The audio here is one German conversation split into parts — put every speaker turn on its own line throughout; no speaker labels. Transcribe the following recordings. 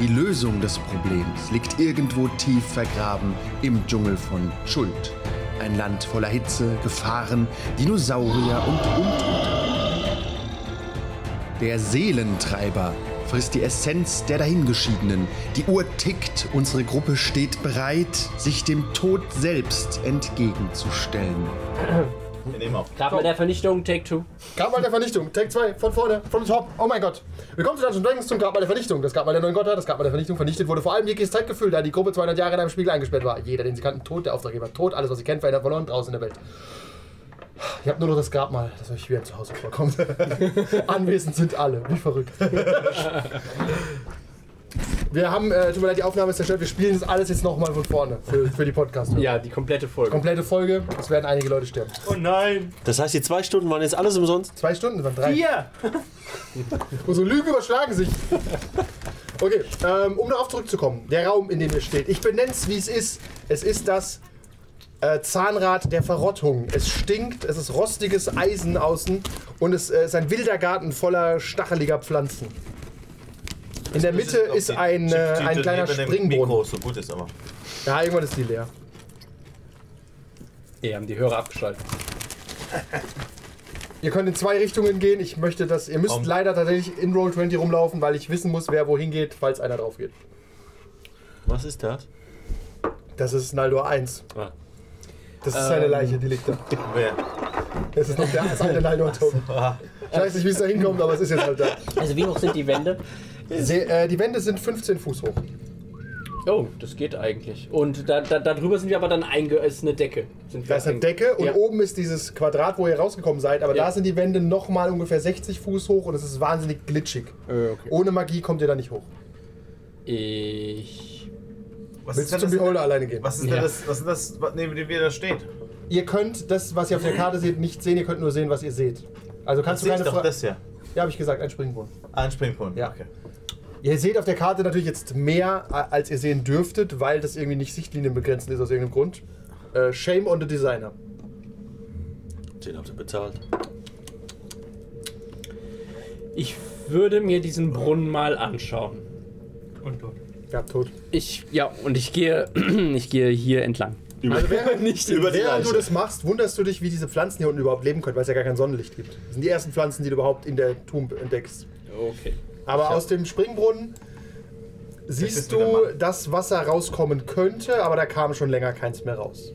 Die Lösung des Problems liegt irgendwo tief vergraben im Dschungel von Schuld. Ein Land voller Hitze, Gefahren, Dinosaurier und Untote. Der Seelentreiber frisst die Essenz der Dahingeschiedenen. Die Uhr tickt, unsere Gruppe steht bereit, sich dem Tod selbst entgegenzustellen.
Wir nehmen auf.
Grab mal der Vernichtung, Take Two.
Grabmal der Vernichtung, Take 2, von vorne, from the top, oh mein Gott. Willkommen zu Dungeons Dragons zum Grabmal der Vernichtung. Das Grabmal der neuen Gottheit, das Grabmal der Vernichtung vernichtet wurde vor allem jegliches Zeitgefühl, da die Gruppe 200 Jahre in einem Spiegel eingesperrt war. Jeder, den sie kannten, tot, der Auftraggeber tot, alles, was sie kennt, verändert, verloren, draußen in der Welt. Ich habe nur noch das Grabmal, das euch wieder zu Hause vorkommt. Anwesend sind alle, wie verrückt. Wir haben, äh, tut mir leid, die Aufnahme ist zerstört, wir spielen das alles jetzt nochmal von vorne für, für die Podcast.
Ja, die komplette Folge.
Komplette Folge, es werden einige Leute sterben.
Das heißt, die zwei Stunden waren jetzt alles umsonst?
Zwei Stunden, waren drei.
Hier!
Unsere Lügen überschlagen sich. Okay, ähm, um darauf zurückzukommen, der Raum, in dem ihr steht. Ich benenne es, wie es ist. Es ist das äh, Zahnrad der Verrottung. Es stinkt, es ist rostiges Eisen außen und es äh, ist ein wilder Garten voller stacheliger Pflanzen. In der Mitte ist ein, äh, ein kleiner Springbrunnen.
So gut ist aber.
Ja, irgendwann ist die leer.
Wir haben die Hörer abgeschaltet.
Ihr könnt in zwei Richtungen gehen. Ich möchte, dass ihr müsst
Um.
leider tatsächlich in Roll 20 rumlaufen, weil ich wissen muss, wer wohin geht, falls einer drauf geht.
Was ist das?
Das ist Naldor 1.
Ah.
Das ist
Ähm.
seine Leiche, die liegt da.
Wer?
Das ist noch der das alte Nylon-Turm.
Ah.
Ich weiß nicht, wie es da hinkommt, aber es ist jetzt halt da.
Also wie hoch sind die Wände?
Se äh, die Wände sind 15 Fuß hoch.
Oh, das geht eigentlich. Und da, da, da drüber sind wir aber dann einge... ist eine Decke. Sind wir
Da ist eine
einge-
Decke und
ja.
oben ist dieses Quadrat, wo ihr rausgekommen seid, aber
Ja.
da sind die Wände nochmal ungefähr 60 Fuß hoch und es ist wahnsinnig glitschig.
Äh, okay.
Ohne Magie kommt ihr da nicht hoch.
Ich...
Was
Willst
ist
du
denn
zum
das?
Beholder alleine gehen?
Was ist denn
Ja.
das? Was ist das, was neben dem wir da steht?
Ihr könnt das, was ihr auf der Karte seht, nicht sehen, ihr könnt nur sehen, was ihr seht. Also kannst du
sehe ich
keine
doch
Fra-
das hier.
Ja, habe ich gesagt, ein Springbrunnen.
Ah, ein Springbrunnen.
Ja.
Okay.
Ihr seht auf der Karte natürlich jetzt mehr, a- als ihr sehen dürftet, weil das irgendwie nicht sichtlinienbegrenzend ist aus irgendeinem Grund. Äh, shame on the designer.
Den habt ihr bezahlt.
Ich würde mir diesen Brunnen mal anschauen.
Ja, tot.
Ich, ja, und ich gehe, ich gehe hier entlang.
Also während,
Nicht
über die
während du
Leiche.
das machst, wunderst du dich, wie diese Pflanzen hier unten überhaupt leben können, weil es ja gar kein Sonnenlicht gibt. Das sind die ersten Pflanzen, die du überhaupt in der Tomb entdeckst.
Okay.
Aber aus dem Springbrunnen siehst
ist wieder
du,
mal.
dass Wasser rauskommen könnte, aber da kam schon länger keins mehr raus.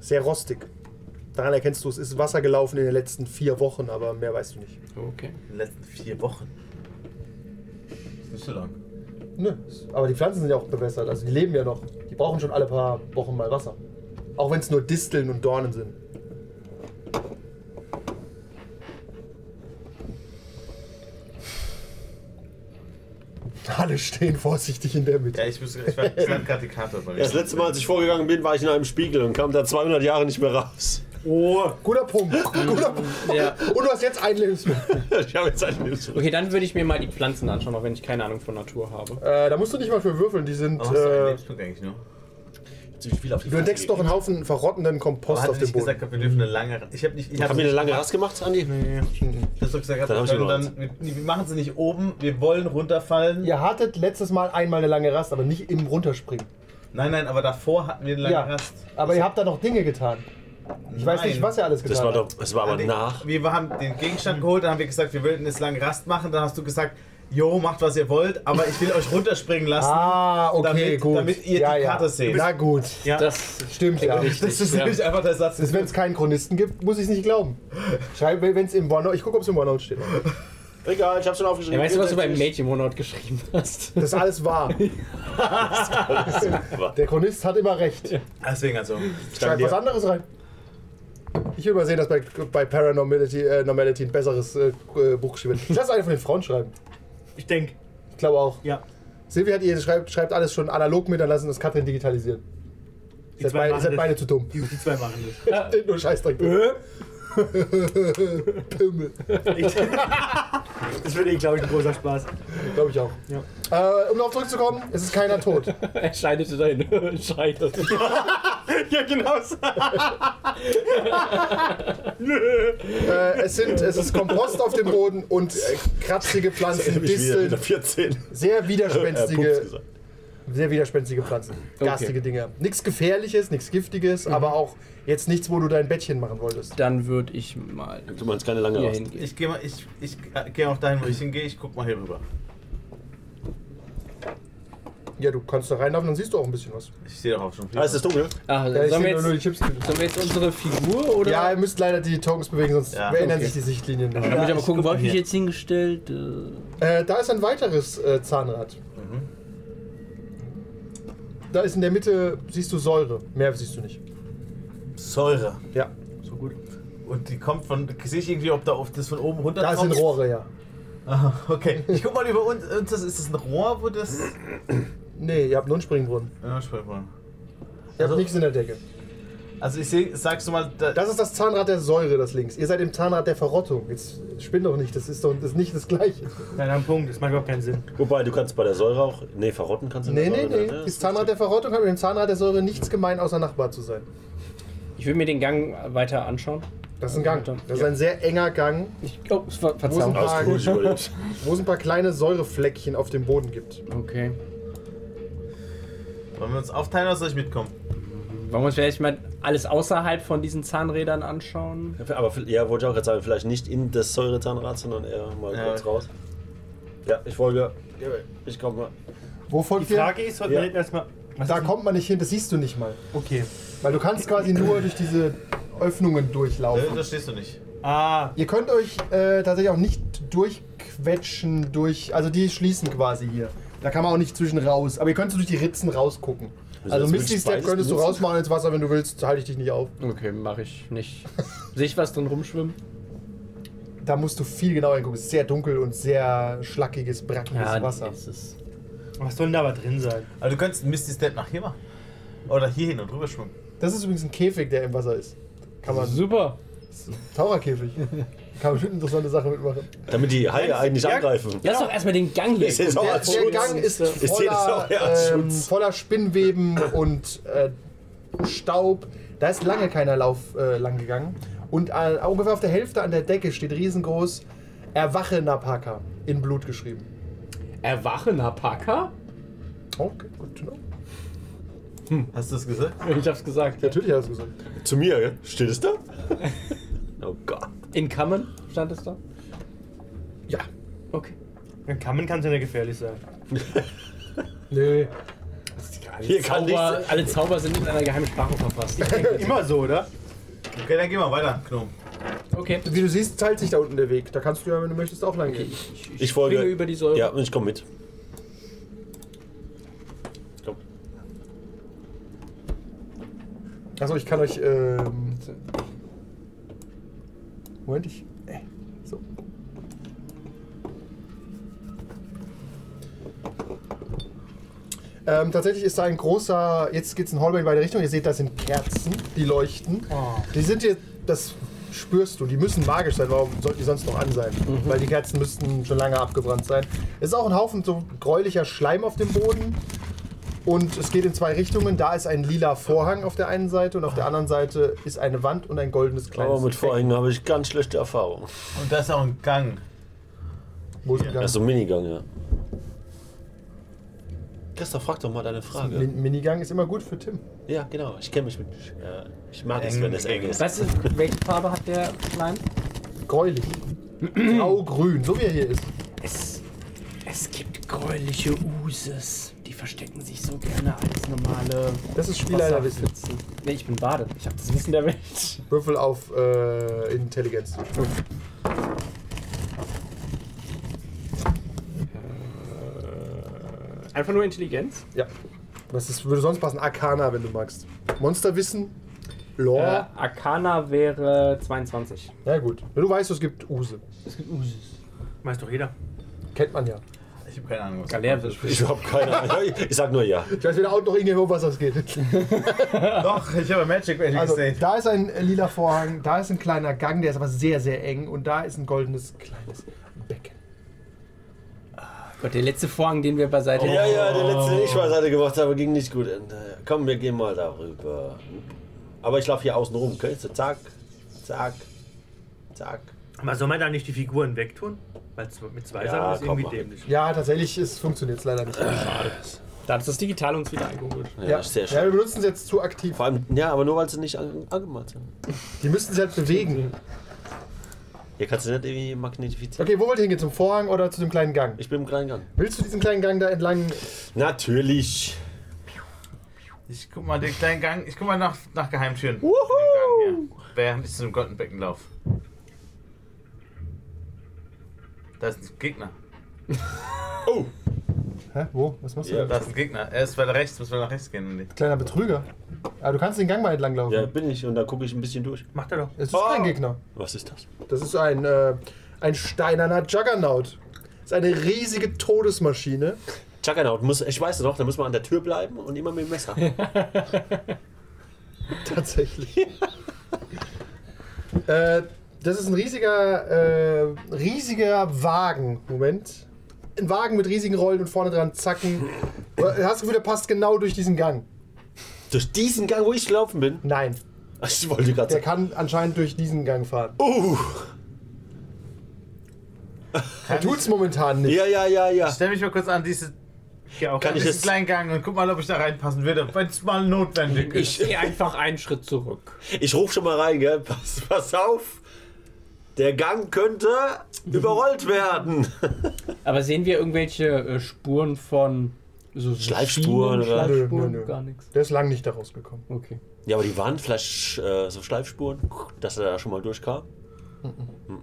Sehr rostig. Daran erkennst du, es ist Wasser gelaufen in den letzten vier Wochen, aber mehr weißt du nicht.
Okay.
In den letzten vier Wochen. Das ist nicht so lang.
Nö, Ne, aber die Pflanzen sind ja auch bewässert, also die leben ja noch. Die brauchen schon alle paar Wochen mal Wasser. Auch wenn es nur Disteln und Dornen sind. Alle stehen vorsichtig in der
Ja,
Mitte.
ich wusste ich war- ich stand gerade die Karte. bei mir.
Das letzte Mal, als ich vorgegangen bin, war ich in einem Spiegel und kam da 200 Jahre nicht mehr raus.
Oh.
Guter Punkt. Guter Punkt.
Ja.
Und du hast jetzt ein Lebensmittel.
Ich habe jetzt ein Lebensmittel.
Okay, dann würde ich mir mal die Pflanzen anschauen, auch wenn ich keine Ahnung von Natur habe.
Äh, da musst du nicht mal für würfeln, die sind.
Oh, hast du einen
äh,
Lebenspunkt eigentlich nur?
Ziemlich viel auf die
du entdeckst noch einen Haufen verrottenden
Oh,
Kompost
hat
auf
er
dem
nicht
Boden.
gesagt, wir dürfen eine lange. Ich habe nicht. Ich
Haben wir eine lange Rast gemacht, Andi? Nee.
Ich hab doch gesagt,
Dann hab
wir,
ich
können
überrascht.
dann, wir, wir machen sie nicht oben. Wir wollen runterfallen.
Ihr hattet letztes Mal einmal eine lange Rast, aber nicht im Runterspringen.
Nein, nein, aber davor hatten wir eine lange
Ja,
Rast.
aber ihr habt da noch Dinge getan. Ich weiß
Nein.
nicht, was ihr alles getan
Das war
habt.
doch, das war aber
Nee,
nach.
Wir haben den Gegenstand geholt, dann haben wir gesagt, wir wollten jetzt lange Rast machen. Dann hast du gesagt, jo, macht was ihr wollt, aber ich will euch runterspringen lassen.
Ah, okay,
damit,
gut.
Damit ihr die Karte seht.
Na gut,
ja.
Das
stimmt ja.
Das ist
ja.
nämlich einfach der Satz.
Das, wenn es keinen Chronisten gibt, muss ich es nicht glauben. Schreib, wenn es im OneNote, ich gucke, ob es im OneNote steht.
Egal, ich hab's schon
Ja,
aufgeschrieben.
weißt du, was du beim Mädchenmonat geschrieben hast?
Das ist alles wahr. Der Chronist hat immer recht.
Deswegen also.
Schreib was
hier.
anderes rein. Ich will mal sehen, dass bei, bei Paranormality äh, Normality ein besseres äh, äh, Buch geschrieben wird. Ich lasse eine von den Frauen schreiben.
Ich denke,
Ich glaube auch.
ja.
Silvi hat ihr schreibt, schreibt alles schon analog mit, dann lassen das Katrin digitalisieren.
Die
Ihr seid,
zwei
beide,
machen
seid
das.
beide zu dumm.
Die, die zwei machen das.
Steht Äh, nur Scheißdreck. drin.
Äh?
Pimmel.
Das wird eh, glaube ich, ein großer Spaß.
Glaube ich auch. Äh, um darauf zurückzukommen, es ist keiner tot.
Er scheiterte dahin. Scheiterte.
Ja, genau. so.
äh, es, sind, es ist Kompost auf dem Boden und äh, kratzige Pflanzen,
Ich wieder mit
Disteln,
der 14.
sehr
Äh, Pups
widerspenstige,
gesagt.
sehr widerspenstige Pflanzen, garstige Dinge. Nichts Gefährliches, nichts Giftiges,
Mhm.
aber auch jetzt nichts, wo du dein Bettchen machen wolltest.
Dann würde ich mal
Du meinst keine lange
hier
Rast.
hingehen.
Ich gehe mal, ich, ich äh, geh auch dahin, wo ich hingehe. Ich guck mal hier rüber.
Ja, du kannst da reinlaufen, dann siehst du auch ein bisschen was.
Ich sehe doch auch schon viel.
Ah, es ist dunkel.
Ah,
Ja, ich
sollen,
seh
wir
nur,
jetzt,
nur die Chips.
sollen wir jetzt unsere Figur oder?
Ja, ihr müsst leider die Tokens bewegen, sonst
Ja.
verändern
Okay.
sich die Sichtlinien.
Da muss ich aber
ich
gucken,
guck
wo
mal
habe ich mich
hier.
jetzt hingestellt? Äh,
Äh, da ist ein weiteres äh, Zahnrad. Da ist in der Mitte, siehst du Säure. Mehr siehst du nicht.
Säure.
Ja.
So gut. Und die kommt von. Sehe ich irgendwie, ob da auf das von oben runter
Da sind Rohre, ja.
Aha, okay. Ich guck mal über uns. uns das- Ist das ein Rohr, wo das. äh,
Nee, ihr habt nur einen Springbrunnen.
Ja, ich wollte mal.
Ihr
Also-
habt nichts in der Decke.
Also, ich sehe, sagst du mal. Da,
Das ist das Zahnrad der Säure, das links. Ihr seid im Zahnrad der Verrottung. Jetzt spinn doch nicht, das ist doch das ist nicht das Gleiche.
Nein, am Punkt, das macht überhaupt keinen Sinn.
Wobei, du kannst bei der Säure auch. Nee, verrotten kannst du
Nee,
bei
nee,
der
nee.
Säure, ne?
Das Zahnrad der Verrottung hat mit dem Zahnrad der Säure nichts gemein, außer Nachbar zu sein.
Ich will mir den Gang weiter anschauen.
Das ist ein Gang. Das ist ein sehr enger Gang,
Ich glaube, es war
wo es ein
verzaubernd.
paar,
Alles gut, ich überlebe.
wo es ein paar kleine Säurefleckchen auf dem Boden gibt.
Okay.
wollen wir uns aufteilen oder soll ich mitkommen?
Wollen wir uns vielleicht mal alles außerhalb von diesen Zahnrädern anschauen?
Aber vi- ja, wollte ich auch gerade sagen, vielleicht nicht in das Säurezahnrad, sondern eher mal
Ja.
kurz raus. Ja, ich folge. Ich komme mal.
Wo
Die
folgt ihr?
Frage ist, sollten
Ja.
wir jetzt erstmal. Was
Da
ist-
kommt man nicht hin, das siehst du nicht mal.
Okay.
Weil du kannst quasi nur durch diese Öffnungen
Nö,
durchlaufen.
da stehst du nicht.
Ah,
Ihr könnt euch äh, tatsächlich auch nicht durchquetschen durch, also die schließen quasi hier. Da kann man auch nicht zwischen raus, aber ihr könnt so durch die Ritzen rausgucken.
Wieso
Also
jetzt mit
Misty Step
Speisen
könntest du
benutzen?
rausmachen ins Wasser, wenn du willst, halte ich dich nicht auf.
Okay, mache ich nicht. Sehe ich was drin rumschwimmen?
Da musst du viel genauer hingucken. Es ist sehr dunkel und sehr schlackiges, brackiges Wasser.
ist es.
was soll denn da aber drin sein?
Aber du könntest einen Misty Step nach hier machen. Oder hier hin und rüber schwimmen.
Das ist übrigens ein Käfig, der im Wasser ist. Kann man.
Super.
Taucherkäfig. kann man interessante Sachen mitmachen.
Damit die Haie eigentlich angreifen.
Lass doch erstmal den Gang hier.
Ich sehe es auch
Der,
als
der
Schutz.
Gang ist
Ich sehe das
voller,
auch eher als
ähm,
Schutz.
voller Spinnweben und äh, Staub. Da ist lange keiner Lauf äh, lang gegangen. Und äh, ungefähr auf der Hälfte an der Decke steht riesengroß Erwache Napaka in Blut geschrieben.
Erwachen, Napaka?
Okay, gut to know.
Hast du das gesagt?
Ich hab's gesagt.
Natürlich hat er es gesagt.
Zu mir, gell? Steht es da? oh Gott.
In Kammern stand es da?
Ja.
Okay.
Dann kann man kann es ja nicht gefährlich sein.
Nee.
Hier kann
Zauber,
nichts.
alle Zauber sind in einer geheimen Sprache verfasst.
Immer so, oder?
Okay, dann gehen wir weiter, Gnome.
Okay.
Wie du siehst, teilt sich da unten der Weg. Da kannst du ja, wenn du möchtest, auch lang gehen.
Ich folge.
springe über die Säure.
Ja, und ich komme mit. Komm.
Achso, ich kann euch. Ähm, Moment, ich. Äh, so. Ähm, tatsächlich ist da ein großer. Jetzt geht's in Hallway in beide Richtungen. Ihr seht, da sind Kerzen, die leuchten. Die sind hier. Das spürst du. Die müssen magisch sein. Warum sollten die sonst noch an sein? Weil die Kerzen müssten schon lange abgebrannt sein. Es ist auch ein Haufen so gräulicher Schleim auf dem Boden. Und es geht in zwei Richtungen. Da ist ein lila Vorhang auf der einen Seite und auf der anderen Seite ist eine Wand und ein goldenes
Aber
kleines.
Oh, mit Vorhängen habe ich ganz schlechte Erfahrungen.
Und da ist auch ein Gang.
Wo ist gegangen?
Also Minigang, ja. Christoph, frag doch mal deine Frage.
Min Minigang ist immer gut für Tim.
ja, genau. Ich kenne mich mit. Ja, ich mag es,
Eng,
wenn es eng
eng.
ist.
Was ist, welche Farbe hat der Schleim?
Gräulich. Grau-grün, so wie er hier ist.
Es, es gibt gräuliche Uses. Die verstecken sich so gerne als normale
Das ist Spielleiterwissen.
Wasserpfützen. Nee, ich bin Bade. Ich habe das Wissen der Welt.
Würfel auf äh, Intelligenz.
Einfach nur Intelligenz?
Ja. Was ist, würde sonst passen? Arcana, wenn du magst. Monsterwissen? Lore?
Äh, Arcana wäre 22.
Na gut. Du weißt, es gibt Use.
Weiß doch jeder.
Kennt man ja.
Ich habe keine Ahnung, was
Galerwisch.
Ich habe keine Ahnung. Ich sag nur ja.
Ich weiß weder auch noch irgendjemand, um was das geht.
Doch, ich habe Magic Magic
Also,
gesehen.
da ist ein lila Vorhang, da ist ein kleiner Gang, der ist aber sehr, sehr eng. Und da ist ein goldenes kleines Becken.
Gott, der letzte Vorhang, den wir beiseite
Ja, ja, der letzte, den ich beiseite gemacht habe, ging nicht gut. Und, äh, Komm, wir gehen mal darüber. Aber ich laufe hier außen rum. Könntest du? Zack, zack, zack.
Aber soll man da nicht die Figuren wegtun? Weil z- mit zwei
Ja,
Sachen ist
komm,
irgendwie
mach.
dämlich.
Ja, tatsächlich, es funktioniert leider nicht. Ja,
Da hat das Digital uns wieder eingeholt.
Ja, Ah, sehr
ja,
schön.
wir benutzen es jetzt zu aktiv.
Vor allem, ja, aber nur weil sie nicht an, angemalt sind.
Die müssten es halt bewegen.
Hier kannst du nicht irgendwie magnetifizieren.
Okay, wo wollt ihr hingehen? Zum Vorhang oder zu dem kleinen Gang?
Ich bin im kleinen Gang.
Willst du diesen kleinen Gang da entlang?
Natürlich.
Ich guck mal den kleinen Gang, ich guck mal nach, nach Geheimtüren. Woohoo! Während ich zu dem Gottenbecken laufe. Da ist ein Gegner.
Hä? Wo? Was machst du
Ja,
da?
Da ist ein Gegner. Er ist weiter rechts, müssen wir nach rechts gehen. Andi.
Kleiner Betrüger. Aber du kannst den Gang mal entlang laufen.
Ja, Ah. bin ich und da gucke ich ein bisschen durch.
Macht er doch.
Es
Oh,
ist kein Gegner.
Was ist das?
Das ist ein, äh, ein steinerner Juggernaut. Das ist eine riesige Todesmaschine.
Juggernaut, muss, ich weiß noch, da muss man an der Tür bleiben und immer mit dem Messer.
Tatsächlich. äh, das ist ein riesiger, äh, riesiger Wagen. Moment. Ein Wagen mit riesigen Rollen und vorne dran Zacken. Du hast das Gefühl, der passt genau durch diesen Gang.
durch diesen Gang, wo ich gelaufen bin.
Nein,
Ich wollte gerade
der
sagen.
kann anscheinend durch diesen Gang fahren.
Uh,
Er tut's momentan nicht.
ja, ja, ja, ja.
Stell mich mal kurz an diese,
Ich geh auch
Kann ich
diesen
es?
kleinen Gang und guck mal, ob ich da reinpassen würde, wenn es mal notwendig ist.
Ich gehe einfach einen Schritt zurück.
Ich ruf schon mal rein, gell? Pass, pass auf. Der Gang könnte überrollt werden.
Aber sehen wir irgendwelche äh, Spuren von so
Schleifspuren
Schienen,
oder-
Schleifspuren?
Nö, nö, nö.
Gar nichts.
Der ist lang nicht da rausgekommen.
Okay.
Ja, aber die waren vielleicht äh, so Schleifspuren, dass er da schon mal durchkam. Mhm.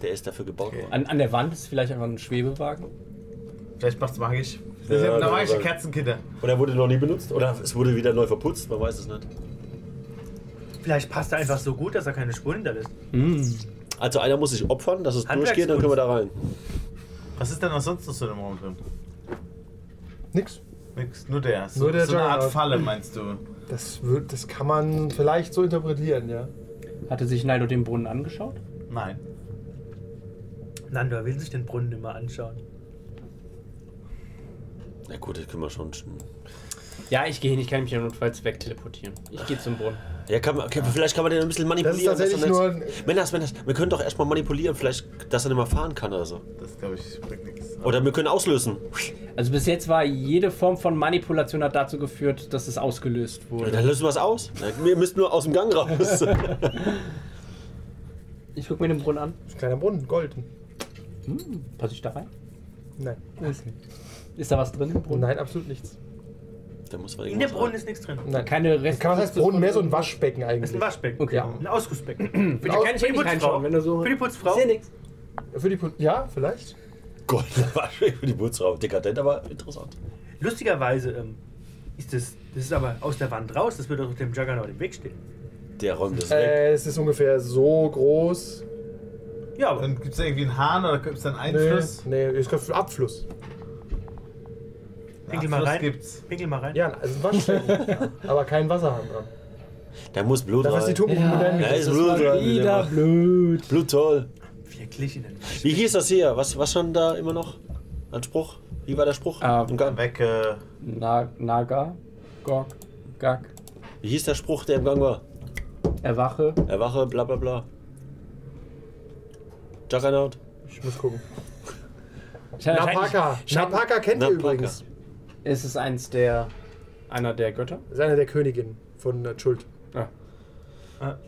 Der ist dafür gebaut worden.
An, an der Wand ist vielleicht einfach ein Schwebewagen.
Vielleicht macht's magisch.
Ja,
ich hab eine
ja,
magische
aber-
Kerzenkinder.
Und er wurde noch nie benutzt? Oder es wurde wieder neu verputzt? Man weiß es nicht.
Vielleicht passt er einfach so gut, dass er keine Spuren hinterlässt.
Also einer muss sich opfern, dass es
Handwerkskunst.
durchgeht, dann können wir da rein.
Was ist denn noch sonst noch so im Raum drin?
Nix.
Nix, nur der. So,
Nur der
so eine Art
Juggernaut.
Falle, meinst du?
Das, wird, das kann man vielleicht so interpretieren, ja.
Hatte sich Naldo den Brunnen angeschaut?
Nein.
Nando er will sich den Brunnen immer anschauen.
Na gut, das können wir schon.
Ja, ich gehe hin, ich kann mich ja notfalls wegteleportieren. Ich gehe zum Brunnen.
Ja, kann man, okay, vielleicht kann man den ein bisschen
Das ist
manipulieren.
tatsächlich
dass
nur
er
ein,
nicht- Männers, Männers, wir können doch erstmal manipulieren, vielleicht, dass er nicht mehr fahren kann oder so.
Das glaube ich bringt nichts.
Oder wir können auslösen.
Also bis jetzt war jede Form von Manipulation hat dazu geführt, dass es ausgelöst
Dann
wurde.
lösen wir es aus. Wir müssen nur aus dem Gang raus.
Ich gucke mir den Brunnen an.
ein kleiner Brunnen, golden.
Passe ich da rein?
Nein.
Ist da was drin im Brunnen?
Nein, absolut nichts.
Da muss man
In dem Brunnen ist nichts drin.
Nein.
Keine Rest.
Kann man das heißt Brunnen mehr so ein Waschbecken
Das ist
eigentlich?
ein Waschbecken.
Okay.
Ja.
Ein Ausgussbecken.
Da kann ich eh nicht reinschauen, wenn du so.
Für die Putzfrau.
Seh nix.
Für die Pol- ja, vielleicht.
Gott, da war schön für die Putzraum. Dekadent, aber interessant.
Lustigerweise ähm, ist das, das ist aber aus der Wand raus. Das wird doch dem Juggernaut im Weg stehen.
Der räumt das weg.
Äh, es ist ungefähr so groß.
Ja, aber
Dann gibt's da irgendwie einen Hahn oder gibt's da einen
Nee,
Einfluss?
nee, es gibt einen Abfluss.
pinkel mal
Abfluss
rein.
gibt's.
Pinkel mal rein.
Ja, also ein Waschbecken. aber kein Wasserhahn dran.
Da muss Blut
Dafür ist die
rein.
Tube modern.
Da ist
gewesen.
Blut
Wieder
rein.
blöd.
Blut toll.
Wirklich in den
Wie hieß das hier? Was, was schon da immer noch? Ein Spruch? Wie war der Spruch?
Ah,
Im Gang.
Weg, äh,
Na, Naga, Gog, Gag,
Wie hieß der Spruch, der im Gang war?
Erwache.
Erwache, bla bla bla. Juggernaut.
Ich muss gucken.
Ich-
Äh,
Napaka.
scheint- scheint-
Napaka kennt ihr
Napaka.
übrigens.
Ist es eins der. Einer der Götter?
Das ist einer der Königin von äh, Schuld.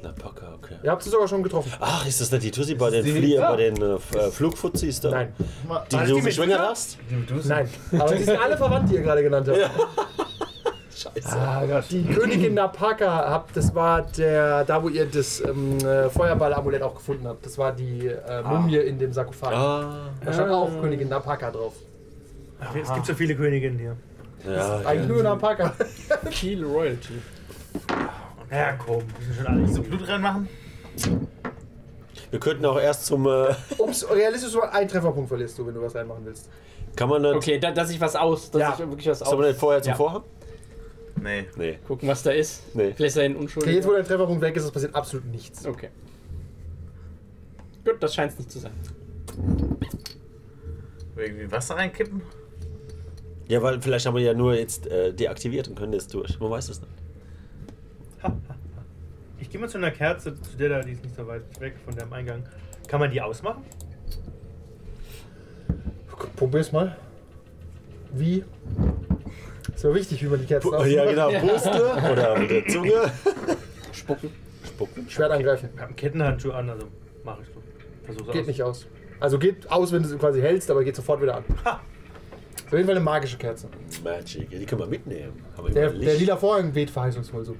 Na, Packer, okay.
Ihr habt sie sogar schon getroffen.
Ach, ist das nicht die Tussi bei den,
die-
Flieh,
Ja.
bei den äh, F- äh, Flugfuzis da?
Nein,
Die
die
du
mit
geschwängert
Hühner?
hast?
nein. Aber die sind alle verwandt, die ihr gerade genannt habt.
Scheiße.
Ah, Gott. Die Königin Napaka habt, das war der, da wo ihr das ähm, äh, Feuerball-Amulett auch gefunden habt. Das war die äh, Mumie in dem Sarkophag.
Ah,
Da stand auch Königin Napaka drauf.
Ach, Es gibt so viele Königinnen hier.
ja,
Eigentlich nur Napaka.
Kiel Royalty.
Na ja, komm, die sind schon alle so
Blut reinmachen?
Wir Wir könnten auch erst zum. Äh,
Ups, realistisch so einen Trefferpunkt verlierst du, wenn du was reinmachen willst.
kann man nicht.
Okay, da, dass ich was aus, dass
Ja.
ich wirklich was
Soll man
aus.
nicht vorher zum
Ja.
Vorhaben?
Nee.
Nee.
Gucken, was da ist.
Nee.
Vielleicht ist er ein
Okay, jetzt, wo
Unschuldiger.
dein Trefferpunkt weg ist, es passiert absolut nichts.
Okay. Gut, das scheint es nicht zu sein.
Irgendwie Wasser reinkippen?
Ja, weil vielleicht haben wir ja nur jetzt äh, deaktiviert und können jetzt durch. Man weiß es nicht.
Ich gehe mal zu einer Kerze, zu der da, die ist nicht so weit weg von dem Eingang. Kann man die ausmachen?
Probier's mal. Wie? Ist ja wichtig, wie man die Kerzen ausmacht.
ja, genau. Puste oder mit der Zunge.
Spucken.
Spucken.
Schwert angreifen.
Ich habe einen Kettenhandschuh an, also mache ich so. Versuch's
Geht
aus.
nicht aus. Also geht aus, wenn du es quasi hältst, aber geht sofort wieder an.
Ha!
Ist auf jeden Fall eine magische Kerze.
Magic. Ja, Die können wir mitnehmen. Aber
Der,
überall
der
Licht.
lila Vorhang weht verheißungsvoll so.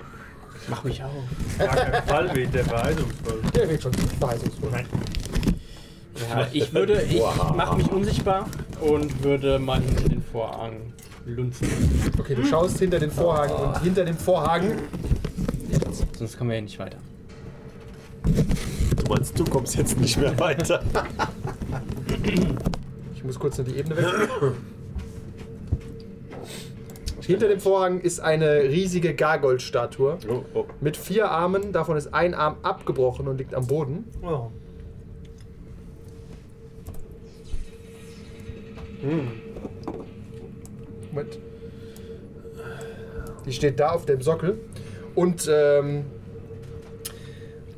Mach mich auf.
Gar kein Fall weht der Verheißungsvoll.
Der weht schon verheißungsvoll.
Nein.
Ja, ich würde, ich mache mich unsichtbar und würde mal hinter den Vorhang lunzen.
Okay, du schaust hinter den Vorhang und hinter dem Vorhang
Sonst kommen wir ja nicht weiter.
Du meinst, du kommst jetzt nicht mehr weiter.
Ich muss kurz nur die Ebene wechseln. Hinter dem Vorhang ist eine riesige Gargold-Statue
Oh, oh.
mit vier Armen. Davon ist ein Arm abgebrochen und liegt am Boden.
Oh.
Moment. Die steht da auf dem Sockel. Und ähm,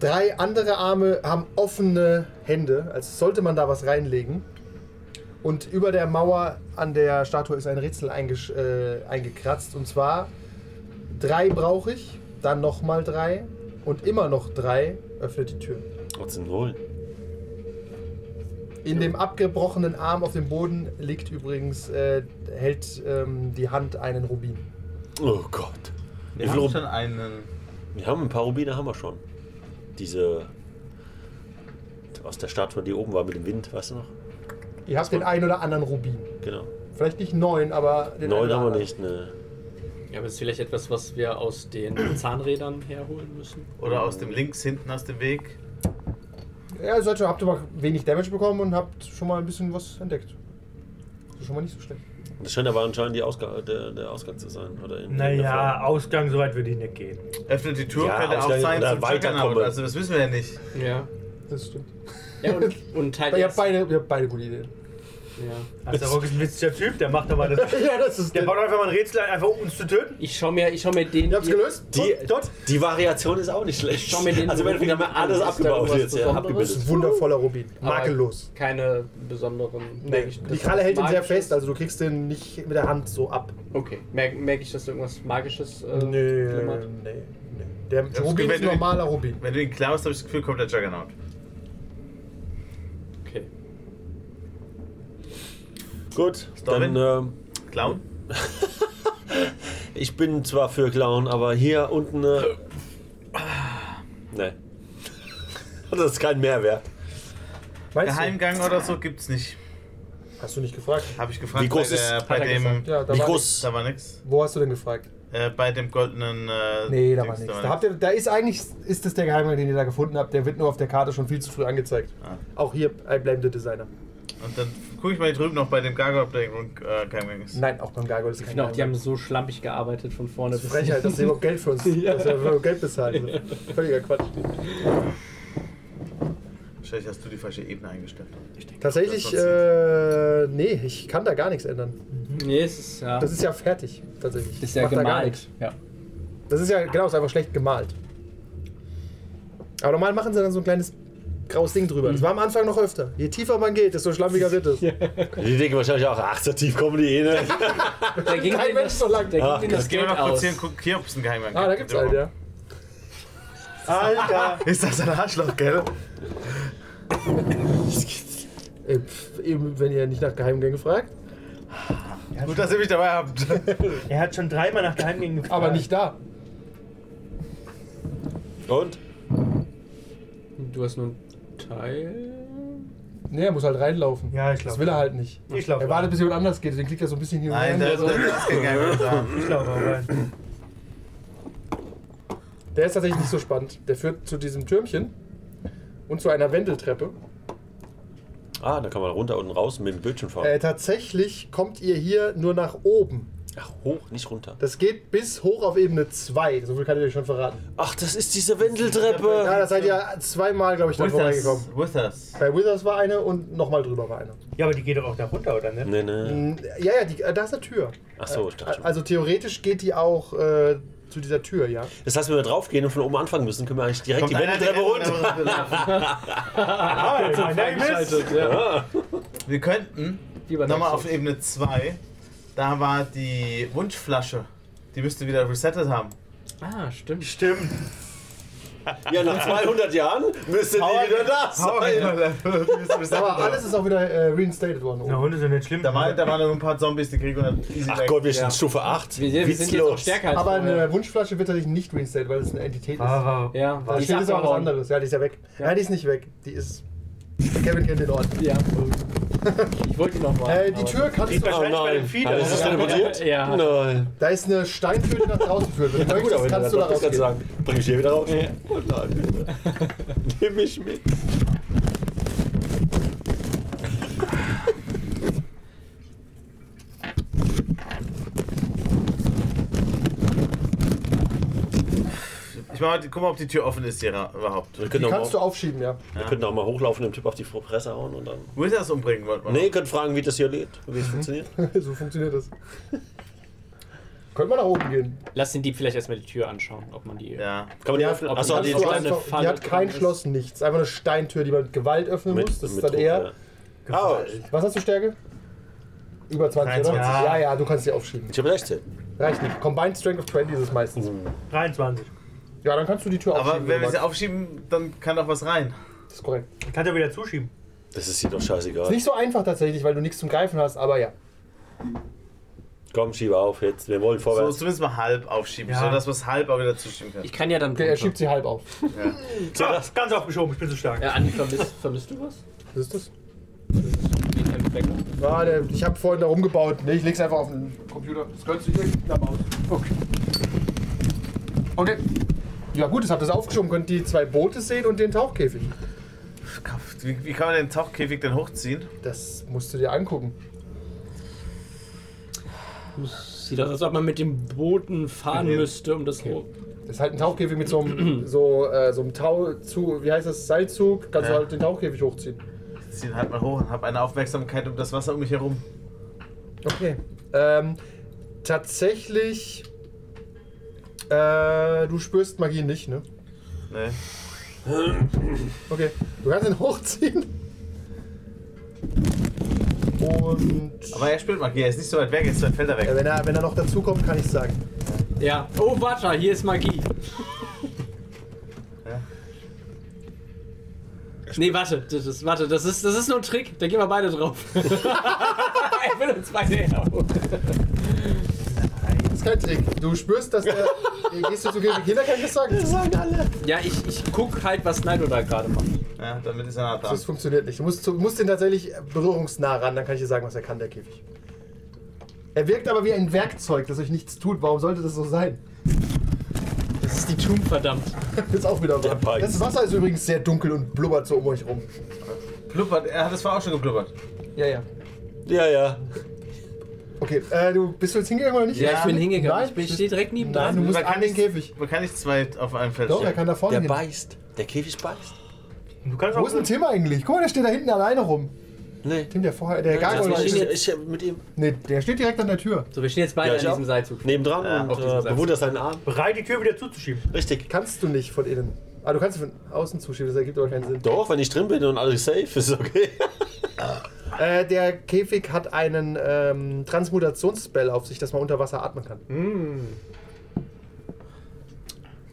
drei andere Arme haben offene Hände, als sollte man da was reinlegen. Und über der Mauer an der Statue ist ein Rätsel eingesch- äh, eingekratzt. Und zwar drei brauche ich, dann nochmal drei und immer noch drei öffnet die Tür.
Trotzdem holen.
In dem abgebrochenen Arm auf dem Boden liegt übrigens, äh, hält ähm, die Hand einen Rubin.
Oh Gott.
Wir
Wie
haben
viel Rub-
schon einen.
Wir haben ein paar Rubine, haben wir schon. Diese. Aus der Statue, die oben war mit dem Wind, weißt du noch?
Ihr habt den einen oder anderen Rubin.
Genau.
Vielleicht nicht neun, aber den einen
Neun
oder
haben wir
anderen.
nicht, ne.
Ja, aber ist vielleicht etwas, was wir aus den Zahnrädern herholen müssen.
Oder aus dem links hinten aus dem Weg.
Ja, ihr seid schon, habt aber wenig Damage bekommen und habt schon mal ein bisschen was entdeckt. Das ist schon mal nicht so schlecht.
Das scheint aber anscheinend die Ausga der, der Ausgang zu sein. Oder in,
Naja, Ausgang, so weit würde ich nicht gehen.
Öffnet die Tür,
Ja,
könnte auch
aussteigen
sein
oder
zum Juggernaut.
weiterkommen.
Also das wissen wir ja nicht.
Ja.
Das stimmt.
Ja, und, und halt
Aber ihr habt
jetzt,
beide, ihr habt beide gute Ideen.
ja.
Also, der Rock ist ein witziger Typ, der macht aber das.
ja, das ist
Der
Ihr
baut einfach mal ein Rätsel ein, einfach um uns zu töten.
Ich schau mir, ich schau mir den.
habt's gelöst?
Die,
dort.
die Variation ist auch nicht schlecht.
Schau mir den
also, wenn wir haben
Rubin
wir
an. Ist
alles
da
abgebaut
irgendwas
jetzt, ja,
Besonderes?
abgebildet.
Wundervoller Rubin.
aber
Makellos.
Keine besonderen. merk ich,
Die
dass
Kralle
was
hält ihn sehr
Magisches-
fest, also du kriegst den nicht mit der Hand so ab.
Okay. Merke merk ich, dass da irgendwas Magisches äh, flimmert?
nee, nee. Der
ist
Rubin ist
gewettet.
ein normaler Rubin.
Wenn du ihn klaust, habe ich das Gefühl, kommt der Juggernaut.
Okay.
Gut,
Storin?
dann. ähm,
Klauen?
ich bin zwar für Clown, aber hier unten. Äh, nee. Das ist kein Mehrwert.
Meinst du?
Geheimgang oder so gibt's nicht.
Hast du nicht gefragt?
Habe ich gefragt
Wie groß
bei, der,
ist-
bei
Hat er
dem.
gesagt,
Ja, da
Wie
war
groß?
Da war nix.
Wo hast du denn gefragt?
Äh, bei dem goldenen. Äh,
Nee, da
Dings,
war nichts. Da, habt ihr,
nix.
da ist eigentlich ist das der Geheimgang, den ihr da gefunden habt. Der wird nur auf der Karte schon viel zu früh angezeigt.
Ah.
Auch hier I blame the Designer.
Und dann gucke ich mal hier drüben noch bei dem Gargoyle, ob da irgendwo ein äh, Geheimgang ist.
Nein, auch beim Gargoyle ist kein
Genau, die haben
Geheimgang.
so schlampig gearbeitet von vorne
Das ist Frechheit, dass sie überhaupt Geld für uns, dass sie überhaupt Geld bezahlen. Das ist Völliger Quatsch.
Wahrscheinlich hast du die falsche Ebene eingestellt.
Tatsächlich, äh, nee, ich kann da gar nichts ändern.
Nee, es ist ja.
Das ist ja fertig, tatsächlich.
ist ja
Macht da gar
gemalt.
nichts.
Ja.
Das ist ja, genau, ist einfach schlecht gemalt. Aber normal machen sie dann so ein kleines graues Ding drüber.
Mhm.
Das war am Anfang noch öfter. Je tiefer man geht, desto schlammiger wird es.
Die denken wahrscheinlich auch, ach, so tief kommen die eh nicht.
Der ging
Kein
denen
Mensch
das-
so lang.
Der
Ach,
ging denen das
Gehen
Geld
wir mal kurz
aus.
hier und gucken, hier, ob es einen Geheimgang gibt.
Ah, da gibt's einen, ja.
Alter!
Ist das ein Arschloch, gell?
Äh, pf, eben, wenn ihr nicht nach Geheimgängen fragt.
Gut, dass ihr mich dabei habt.
Er hat schon dreimal nach Geheimgängen gefragt.
Aber nicht da.
Und?
Du hast nur einen Teil.
Nee, er muss halt reinlaufen.
Ja, ich
Das
glaube.
will er halt nicht.
Ich laufe
Er wartet,
rein.
bis jemand anders geht, deswegen klickt er so ein bisschen hier und
Nein,
rein.
da ist da ist kein Geheimgang da.
Ich laufe auch rein.
Der ist tatsächlich nicht so spannend. Der führt zu diesem Türmchen. und zu einer Wendeltreppe.
Ah, da kann man runter und raus mit dem Bildschirm fahren.
Äh, tatsächlich kommt ihr hier nur nach oben.
Ach, hoch, nicht runter.
Das geht bis hoch auf Ebene 2. So viel kann ich euch schon verraten.
Ach, das ist diese
Ja,
Wendeltreppe.
da seid ihr zweimal, glaube ich, da vorbeigekommen.
Withers.
Bei Withers war eine und nochmal drüber war eine.
Ja, aber die geht doch auch da runter, oder ne?
Nee, nee.
Mm, Ja, ja, die, äh, da ist eine Tür.
Ach so, ich dachte
Äh,
schon.
Also theoretisch geht die auch äh, zu dieser Tür, ja.
Das heißt, wenn wir draufgehen und von oben anfangen müssen, können wir eigentlich direkt die
einer der
Wendeltreppe runter.
Ah,
mein Name ist-
eingeschaltet, ja. Wir könnten
Äh,
nochmal auf Ebene 2. Da war die Wunschflasche. Die müsste wieder resettet haben.
Ah, stimmt.
Stimmt.
Ja, nach 200 Jahren müsste die wieder da sein.
Aber alles ist auch wieder äh, reinstated worden.
Na,
Oben.
Hunde sind nicht schlimm.
Da, war, da waren noch ein paar Zombies, die kriegen wir dann easy
Ach
weg.
Gott, wir sind Stufe 8.
Wir, wir sind jetzt auch stärker als
Aber
vorher.
eine Wunschflasche wird tatsächlich nicht reinstated, weil es eine Entität ist.
Aber
Ja,
Da
die
steht jetzt auch was
abgehauen.
anderes. Ja, die ist ja weg. Nein, die ist nicht weg. Die ist. Kevin kennt den Ort.
Ja. Ich wollte nochmal.
Äh, die Tür kannst du.
Oh nein. Hat es teleportiert?
Ja.
Nein.
Da ist eine Steintür, die nach draußen führt. Wenn du
Na gut,
möchtest,
aber
kannst du da
das
rausgehen.
sagen. Bring ich hier wieder raus? Oh nein, bitte. Nimm mich mit.
Ich mach mal, guck mal, ob die Tür offen ist hier ra- überhaupt.
Wir
Die
können, auch
kannst du
mal,
aufschieben, ja.
wir können auch mal hochlaufen, dem Typ auf die Fresse hauen und dann.
Withers umbringen wollten wir.
Nee, ihr könnt fragen, wie das hier lebt, wie es funktioniert.
so funktioniert das. Könnte man nach oben gehen.
Lass den Dieb vielleicht erstmal die Tür anschauen, ob man die.
noch. Ja.
Kann man die öffnen?
ob
Achso,
man
die
Kannst du
kleine
einfach, die
Falle
hat kein
drin ist.
Schloss, nichts. Einfach eine Steintür, die man mit Gewalt öffnen muss. Das ist dann
Druck,
eher.
ja. Ah,
Was hast du Stärke? Über 20, oder?
23.
Ja, ja, du kannst sie aufschieben.
ich habe 16.
Reicht nicht. Combined Strength of 20 ist es meistens.
ah. 23.
Ja, dann kannst du die Tür
Oh. Aber
aufschieben.
wenn wir sie
magst.
aufschieben, dann kann doch was rein.
Das ist korrekt.
Dann Kannst du wieder zuschieben.
Das ist hier doch scheißegal.
Ist nicht so einfach tatsächlich, weil du nichts zum Greifen hast, aber ja.
Komm, schiebe auf jetzt. Wir wollen
So,
vorwärts.
zumindest mal halb aufschieben,
Ja.
so dass wir es halb auch wieder zuschieben können.
Ich kann ja dann.
Okay, er schiebt sie halb auf.
Ah, ganz aufgeschoben, ich bin so stark.
Äh, Andi, vermisst, vermisst du was?
Was ist das?
Den Endeffekt.
Ah, der, ich habe vorhin da rumgebaut. Nee, ich leg's einfach auf den Computer. Das gönnst du irgendeiner Maus. Okay. Okay. Ja gut, das habt ihr aufgeschoben. Könnt die zwei Boote sehen und den Tauchkäfig.
Wie, wie kann man den Tauchkäfig denn hochziehen?
Das musst du dir angucken.
Sieht aus, als ob man mit dem Booten fahren müsste, um das hoch.
Das ist halt ein Tauchkäfig mit so einem, so, äh, so einem Tau zu, wie heißt das, Seilzug. Kannst
Ja.
du halt den Tauchkäfig hochziehen.
Zieh ihn halt mal hoch und hab eine Aufmerksamkeit um das Wasser um mich herum.
Okay. Ähm, tatsächlich, äh, du spürst Magie nicht, ne?
Nee.
Okay, du kannst ihn hochziehen. Und
Aber er spielt Magie, er ist nicht so weit weg, jetzt fällt er weg.
Ja, wenn, er, wenn er noch dazukommt, kann ich sagen.
Ja. Oh, warte, hier ist Magie.
Ja.
Nee, warte, das ist, warte, das ist, das ist nur ein Trick. Da gehen wir beide drauf. er will uns beide herhauen.
Das ist kein Trick. Du spürst, dass der. Gehst du zu Gehweg hin, da kann ich das sagen. Das
Ja, ich, ich guck halt, was Naido da gerade macht.
Ja, damit ist er nah dran.
das funktioniert nicht. Du musst, zu- musst den tatsächlich berührungsnah ran, dann kann ich dir sagen, was er kann, der Käfig. Er wirkt aber wie ein Werkzeug, das euch nichts tut. Warum sollte das so sein?
Das ist die Tomb, verdammt.
Jetzt auch wieder
Der
wahr.
Pike.
Das Wasser ist übrigens sehr dunkel und blubbert so um euch rum.
Blubbert, er hat es vorher auch schon geblubbert.
Ja, ja.
Ja, ja.
Okay, äh, du bist du jetzt hingegangen oder nicht?
Ja,
Ich bin hingegangen.
Nein,
ich bin, ich
bist-
stehe direkt neben
Nein, du
dran.
musst
Man kann
an den
nicht-
Käfig.
Man kann nicht zwei auf einem Feld
Doch, er
stehen.
kann da vorne
Der
hin.
beißt. Der Käfig beißt.
Du kannst
Wo ist denn
auch.
Tim eigentlich? Guck mal, der steht da hinten alleine rum.
Nee.
Tim, der vorher,
das
der Gargoyle
ist-
ist.
jetzt-
Ich, ich mit ihm
Nee, der steht direkt an der Tür.
So, wir stehen jetzt beide
Ja, ich
an
auch.
diesem Seilzug.
nebendran
Ja,
und
auf diesem
äh,
Satz.
bewundert seinen Arm.
Bereit, die Tür wieder zuzuschieben.
Richtig.
Kannst du nicht von innen. Ah, du kannst von außen zuschieben, das ergibt aber keinen Sinn.
Doch, wenn ich drin bin und alles safe ist, okay.
Äh, der Käfig hat einen ähm, Transmutationsspell auf sich, dass man unter Wasser atmen kann.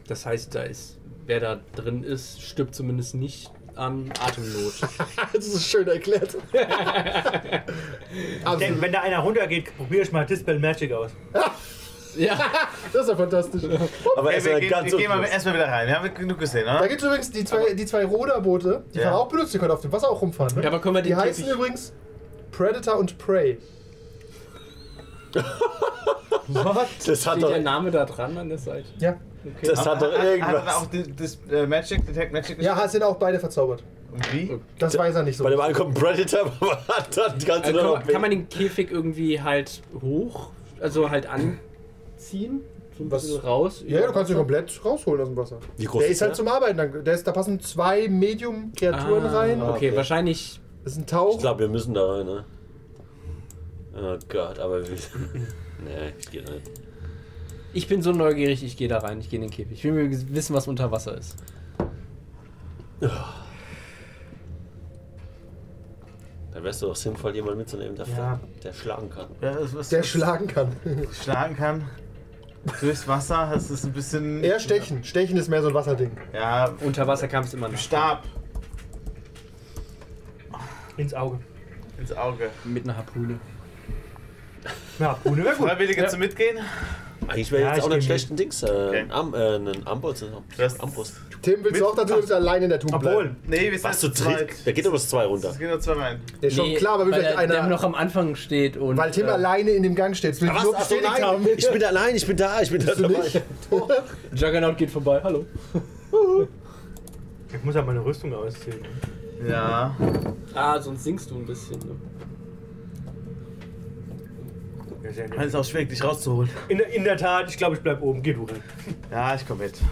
Das heißt, da ist, wer da drin ist, stirbt zumindest nicht an Atemnot.
Das ist schön erklärt.
Denk,
Absolut.
wenn da einer runtergeht, probiere ich mal Dispel Magic aus.
ja.
Das ist ja fantastisch.
Aber er
Ey,
ist
wir
ja
gehen,
ganz
wir gehen mal
unten.
erstmal wieder rein. Wir haben genug gesehen,
Da
oder?
gibt es übrigens die zwei, die zwei Ruderboote, die
Ja.
ja. auch benutzt, die können auf dem Wasser auch rumfahren. Ne?
Ja, aber können wir
die
den
heißen
Käfig-
übrigens Predator und Prey.
What?
Das hat
Steht
doch,
der Name da dran an der Seite?
Ja.
das hat doch
Hat er
irgendwas.
auch die- das äh, Magic, Detect Magic
Ja,
geschafft?
hast sind auch beide verzaubert.
Und wie?
Das weiß er nicht so.
Bei dem einen kommt ein Predator, aber hat dann die ganze
Also
Äh,
Nummer.
kann, kann man den Käfig irgendwie halt hoch, also halt anziehen? So ein
Was?
bisschen raus?
Ja, du kannst ihn komplett rausholen aus dem Wasser.
Wie groß
Der ist halt
der?
zum Arbeiten. da- Der ist, da passen zwei Medium-Kreaturen
ah,
rein.
Okay,
Okay.
wahrscheinlich.
Das ist ein Tauch.
Ich glaube, wir müssen da rein, ne? Oh Gott, aber wie. nee, ich geh nicht.
Ich bin so neugierig, ich gehe da rein, ich gehe in den Käfig. Ich will mir wissen, was unter Wasser ist.
Dann wärst du doch sinnvoll, jemanden mitzunehmen, der,
Ja.
der schlagen kann.
Ja, das, was
der
was
schlagen kann.
schlagen kann. Durchs Wasser, das ist ein bisschen.
Eher stechen. Stechen ist mehr so ein Wasserding.
Ja,
Unter Wasser kam es immer noch.
Stab
Ins Auge.
ins Auge.
Mit einer Harpune.
Ja, ohne wäre gut.
Freiwillige zum Mitgehen?
Eigentlich wäre
Ja,
jetzt
ich
auch nicht
geh mit.
schlecht ein Dings. Äh, ein Arm, äh, einen Armbrust.
Das-
Armbrust.
Tim, willst du auch dazu allein in der Tube
Obwohl,
bleiben?
Nee, wir sind
Was, zu
zweit.
dritt? Da geht aber das zwei runter.
Es geht nur zwei rein.
Der ist schon klar, aber
weil
will vielleicht
der, der
einer.
noch am Anfang steht und.
Weil Tim
äh,
alleine in dem Gang steht. Das will ich
Was?
nur
Ach so,
bestätigt
nein.
haben.
Ich bin allein, ich bin da, ich bin da
du
dabei.
nicht?
äh, Juggernaut geht vorbei, hallo.
ich muss ja meine Rüstung ausziehen.
Ja.
Ah, sonst singst du ein bisschen. Ne?
Ja, sehr gut.
Es ist auch schwierig, dich rauszuholen.
In, der- in der Tat, ich glaube, ich bleib oben. Geh du rein.
Ja, ich komm mit.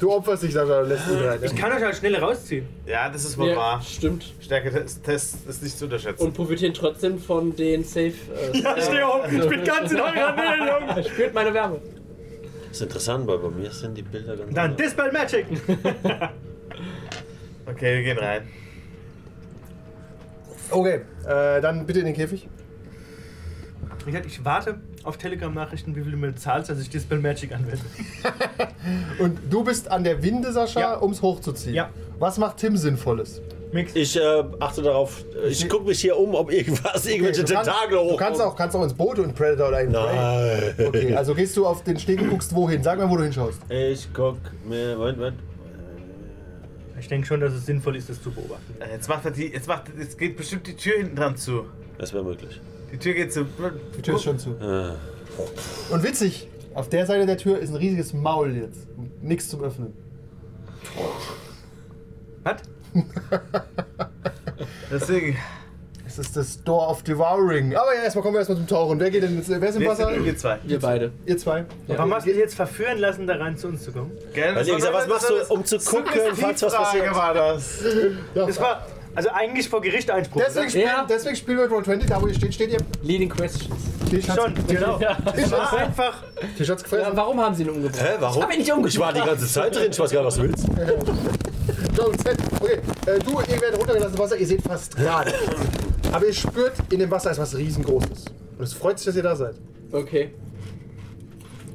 Du opferst dich, Sascha, und lässt ihn rein.
Ich kann euch halt schnell rausziehen.
Ja, das ist wohl wahr.
stimmt.
Stärke-Test ist nicht zu unterschätzen.
Und profitieren trotzdem von den Safe. Äh,
Ja, steh auf. Ich bin ganz in eurer Nähe, Jungs.
spürt meine Wärme.
Das ist interessant, weil bei mir sind die Bilder ganz.
Dann
anders.
Dispel Magic.
okay, wir gehen rein.
Okay, äh, dann bitte in den Käfig.
Wie gesagt, ich warte auf Telegram-Nachrichten, wie viel du mir zahlst, dass ich Dispel Magic anwende.
Und du bist an der Winde, Sascha,
Ja.
um es hochzuziehen.
Ja.
Was macht Tim Sinnvolles?
Mix.
Ich äh, achte darauf, äh, ich gucke mich hier um, ob irgendwas, irgendwelche
du, kannst,
Tentakel hoch.
du kannst auch, kannst auch ins Boot und Predator oder einen Prey.
Nein.
Okay, also gehst du auf den Steg und guckst wohin. Sag mal, wo du hinschaust.
Ich guck mir. Moment, Moment. Äh,
Ich denke schon, dass es sinnvoll ist, das zu beobachten.
Äh, Jetzt macht er die. Jetzt macht. Jetzt geht bestimmt die Tür hinten dran zu.
Das wäre möglich.
Die Tür geht zu.
Die Tür ist schon zu.
Äh,
Und witzig, auf der Seite der Tür ist ein riesiges Maul jetzt. Nichts zum Öffnen.
Was?
Deswegen.
Es ist das Door of Devouring. Aber ja, erstmal kommen wir erstmal zum Tauchen. Wer geht denn jetzt? Wer ist im
Wir
Wasser?
sind wir zwei.
Wir beide.
Ihr zwei.
Warum hast du dich jetzt verführen lassen, da rein zu uns zu kommen?
Gell?
also, gesagt, was machst du, um zu gucken, falls was passiert?
war das.
Das war also eigentlich vor Gericht Einspruch.
Deswegen, spielen,
Ja.
deswegen spielen wir Roll 20, da wo ihr steht, steht ihr.
Leading Questions.
Tisch hat's,
Schon, genau.
Tisch
Das war
hat's,
einfach.
Tisch hat's
Ja,
gefressen.
Äh, warum haben sie ihn umgebracht?
Hä, warum?
Ich hab ihn nicht
Ich war
umgebracht.
die ganze Zeit drin, ich weiß gar nicht, was du willst.
Go, Ted. Okay, äh, du, ihr werdet runtergelassen ins Wasser, ihr seht fast gerade. Aber ihr spürt, in dem Wasser ist was riesengroßes. Und es freut sich, dass ihr da seid.
Okay.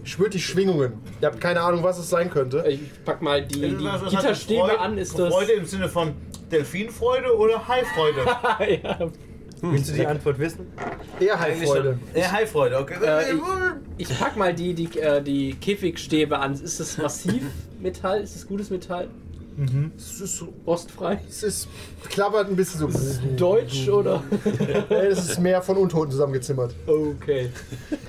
Ihr spürt die Schwingungen. Ihr habt keine Ahnung, was es sein könnte.
Ich pack mal die, die
Äh, Was- was heißt
Gitterstäbe
Freude-
an, ist das.
Freude im Sinne von Delfinfreude oder Haifreude?
Ah, ja.
Willst du die Antwort wissen?
Eher Heilfreude.
Ja, Haifreude, okay.
Äh, ich, ich pack mal die, die, äh, die Käfigstäbe an. Ist das massiv Metall? Ist das gutes Metall?
Es ist, so-
Rostfrei?
es ist klappert ein bisschen so.
Deutsch oder?
Nee, das ist mehr von Untoten zusammengezimmert.
Okay.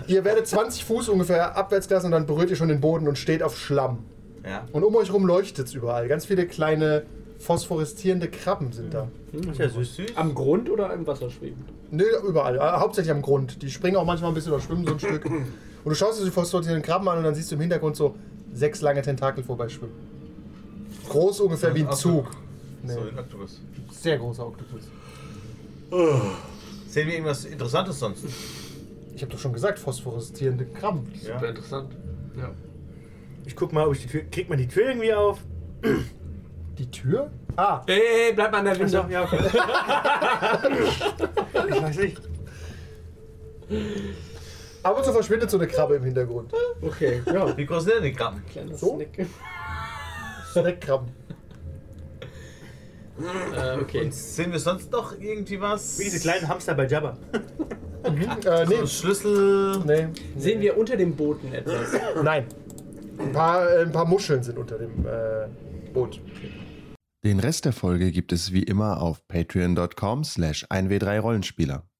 Ihr werdet 20 Fuß ungefähr abwärts gelassen und dann berührt ihr schon den Boden und steht auf Schlamm.
ja.
Und um euch rum leuchtet es überall. Ganz viele kleine phosphoreszierende Krabben sind da.
Ist ja süß.
Am Grund oder im Wasser schwebend?
Nö, überall. Äh, hauptsächlich am Grund. Die springen auch manchmal ein bisschen oder schwimmen so ein Stück. Und du schaust dir die phosphoreszierenden Krabben an und dann siehst du im Hintergrund so sechs lange Tentakel vorbeischwimmen. Groß ungefähr wie ein
Ach,
Zug. Nee,
So, in Oktopus.
sehr großer Oktopus.
Sehen wir irgendwas Interessantes sonst?
Ich habe doch schon gesagt, phosphoreszierende Krabben.
Ja.
interessant. Ja.
Ich guck mal, ob ich die Tür. Kriegt man die Tür irgendwie auf?
Die Tür? Ah,
Ey, ey, bleib mal an der
Also,
Winde.
ja, okay. ich weiß nicht.
ab und zu verschwindet so eine Krabbe im Hintergrund.
Okay, ja.
Wie groß sind denn die Krabben?
Kleiner
So?
Snack.
Snackkrabben.
Äh, okay.
Sehen wir sonst noch irgendwie was?
Wie diese kleinen Hamster bei Jabba.
Äh, nee.
So, Schlüssel.
Nee.
Sehen wir unter dem Boden etwas?
Nein. Ein paar, äh, ein paar Muscheln sind unter dem äh, Boot.
Den Rest der Folge gibt es wie immer auf patreon.com slash 1w3rollenspieler.